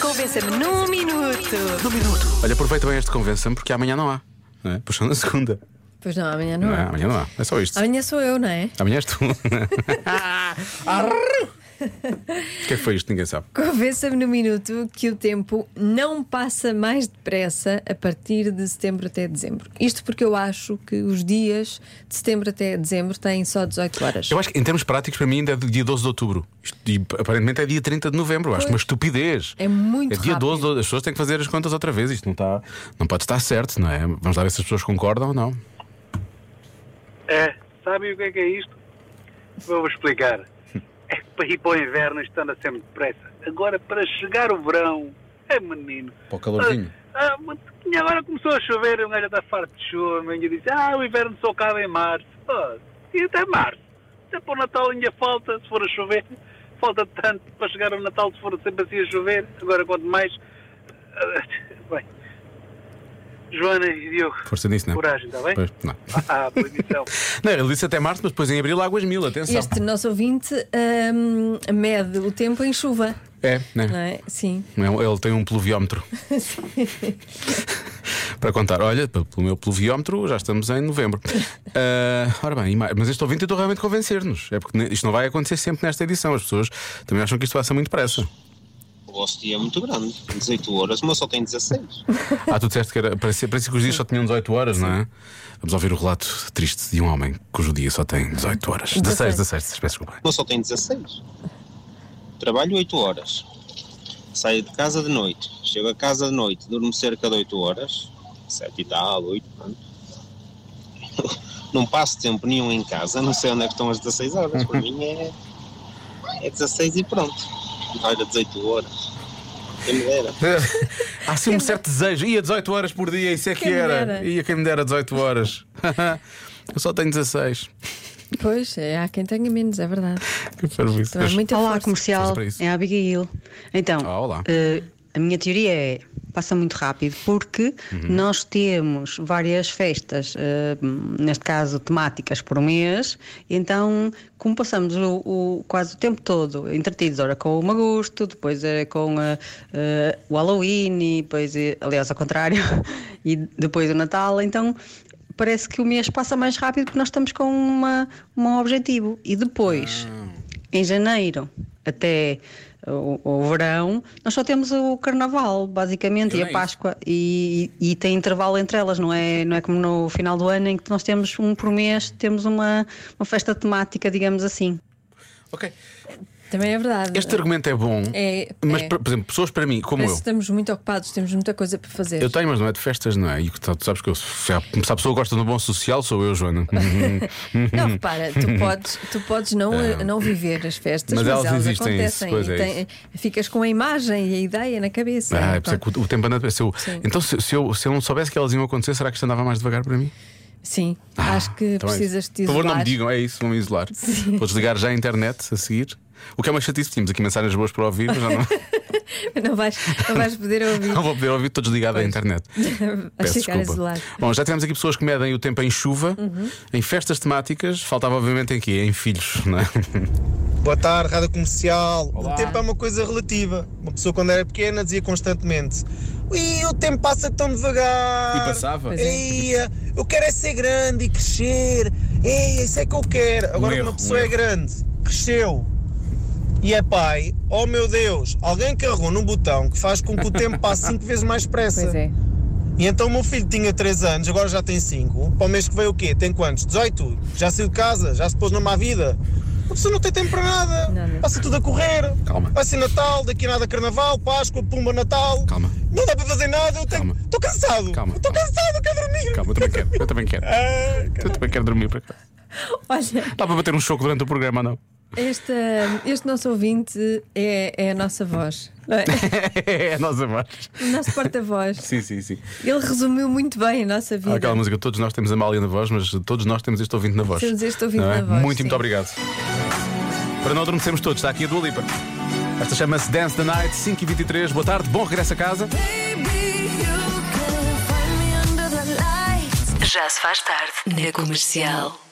Convença-me num minuto. Olha, aproveita bem este convença-me porque amanhã não há. Não é? Puxando na segunda. Pois não, amanhã não. Não é? há. Amanhã não há. É só isto. Amanhã sou eu, não é? Amanhã és tu. Arr! O que é que foi isto? Ninguém sabe. Convença-me no minuto que o tempo não passa mais depressa a partir de setembro até dezembro. Isto porque eu acho que os dias de setembro até dezembro têm só 18 horas. Eu acho que em termos práticos, para mim, ainda é dia 12 de outubro. Isto, e, aparentemente é dia 30 de novembro. Eu Acho Pois. uma estupidez. É muito É dia rápido. 12, de- as pessoas têm que fazer as contas outra vez. Isto não, está, não pode estar certo, não é? Vamos lá ver se as pessoas concordam ou não. É, sabem o que é que é isto? Vou-vos explicar. É que para ir para o inverno isto anda sempre depressa. Agora, para chegar o verão, é menino. Para o calorzinho. Ah, ah, mas e agora começou a chover, um gajo já está farto de chuva, meu e disse, ah, o inverno só cabe em março. Ah, e até março. Até para o Natal ainda falta, se for a chover. Falta tanto para chegar ao Natal, se for sempre assim a chover. Agora, quanto mais... ah, bem, Joana e Diogo, Força nisso, não é? coragem, está bem? Pois, não. Ah, boa edição. Não, ele disse até março, mas depois em abril, águas mil. Atenção. Este nosso ouvinte hum, mede o tempo em chuva, É, não né? é? Sim. Não, Ele tem um pluviómetro. Para contar, olha, pelo meu pluviómetro já estamos em novembro. Ah, ora bem, e mais- mas este ouvinte eu estou realmente a convencer-nos. É porque ne- isto não vai acontecer sempre nesta edição. As pessoas também acham que isto passa muito depressa. O vosso dia é muito grande. 18 horas, uma só tem 16. Ah, tu disseste que era, parecia, parecia que os dias só tinham 18 horas, não é? Vamos ouvir o relato triste de um homem cujo dia só tem 18 horas. 16, 16, 16 peço desculpa. Uma só tem 16. Trabalho 8 horas. Saio de casa de noite. Chego a casa de noite, durmo cerca de 8 horas. 7 e tal, 8, pronto. Não passo tempo nenhum em casa, não sei onde é que estão as 16 horas. Para mim é, é 16 e pronto. Olha, 18 horas. Quem me dera. Há assim um certo desejo. Ia 18 horas por dia, isso é que Quem me era. dera. Ia quem me dera 18 horas. Eu só tenho 16. Pois, é, há quem tenha menos, é verdade. Que parvoíce. Então é muita Olá, força. comercial. Força para isso. É a Abigail. Então, Ah, olá. eh, a minha teoria é passa muito rápido porque Uhum. nós temos várias festas, eh, neste caso temáticas por um mês, e então como passamos o, o- quase o tempo todo entretidos, ora com o Magusto, depois é com eh, eh, o Halloween, e depois, eh, aliás, ao contrário, e depois o Natal, então parece que o mês passa mais rápido porque nós estamos com uma, um objetivo. E depois, Ah. em janeiro até o, o verão, nós só temos o carnaval, basicamente, Eu e nem a Páscoa. E, e tem intervalo entre elas, não é, não é como no final do ano em que nós temos um por mês, temos uma, uma festa temática, digamos assim. Ok. Também é verdade. Este argumento é bom, É, mas, é. por por exemplo, pessoas para mim, como Parece eu. que estamos muito ocupados, temos muita coisa para fazer. Eu tenho, mas não é de festas, não é? E tu tu sabes que eu, se há- se a pessoa gosta de um bom social, sou eu, Joana. Uhum. Não, repara, tu podes, tu podes não, não viver as festas, É. Mas mas, elas existem, acontecem. isso, pois e é ficas com a imagem e a ideia na cabeça. Ah, é por isso é Pronto. que o- o tempo anda. Se eu, Sim. então, se, se eu, se eu não soubesse que elas iam acontecer, será que isto andava mais devagar para mim? Sim, acho que Então é isso. precisas te Por favor, isolar. não me digam, é isso, vão me isolar. Vou desligar já a internet a seguir. O que é uma chatice, tínhamos aqui mensagens boas para ouvir, mas já não, não, vais, não vais poder ouvir. não vou poder ouvir, estou desligado à internet. a Peço ficar desculpa. isolado. Bom, já tivemos aqui pessoas que medem o tempo em chuva, Uhum. em festas temáticas, faltava obviamente em quê? Em filhos, não é? Boa tarde, Rádio Comercial. O tempo é uma coisa relativa. Uma pessoa, quando era pequena, dizia constantemente: Ui, o tempo passa tão devagar. E passava. Pois é. Eia, eu quero é ser grande e crescer. Ei, isso é que eu quero. Agora, erro, uma um pessoa é erro. grande, cresceu e é pai, oh meu Deus, alguém carregou num botão que faz com que o tempo passe cinco vezes mais depressa. Pois é. E então o meu filho tinha 3 anos, agora já tem 5. Para o mês que veio o quê? Tem quantos? 18? Já saiu de casa? Já se pôs na má vida? A pessoa não tem tempo para nada. Não, não. Passa tudo a correr. Calma. Passa em Natal, daqui a nada Carnaval, Páscoa, Pumba, Natal. Calma. Não dá para fazer nada, eu tenho. Calma. Estou cansado. Calma, Estou calma. cansado, eu quero dormir. Calma, eu também quero, eu também quero. Ah, Eu também quero dormir para cá. Olha, Dá para bater um choco durante o programa, não? esta, este nosso ouvinte é, é a nossa voz, não é? é a nossa voz. o nosso porta-voz. Sim, sim, sim. Ele resumiu muito bem a nossa Há vida. aquela música, todos nós temos a Mália na voz, mas todos nós temos este ouvinte na voz. Temos este ouvinte Não é? na voz, Muito, sim. muito obrigado. Para não adormecermos todos, está aqui a Dua Lipa. Esta chama-se Dance the Night, 5h23. Boa tarde, bom regresso a casa. Já se faz tarde na comercial.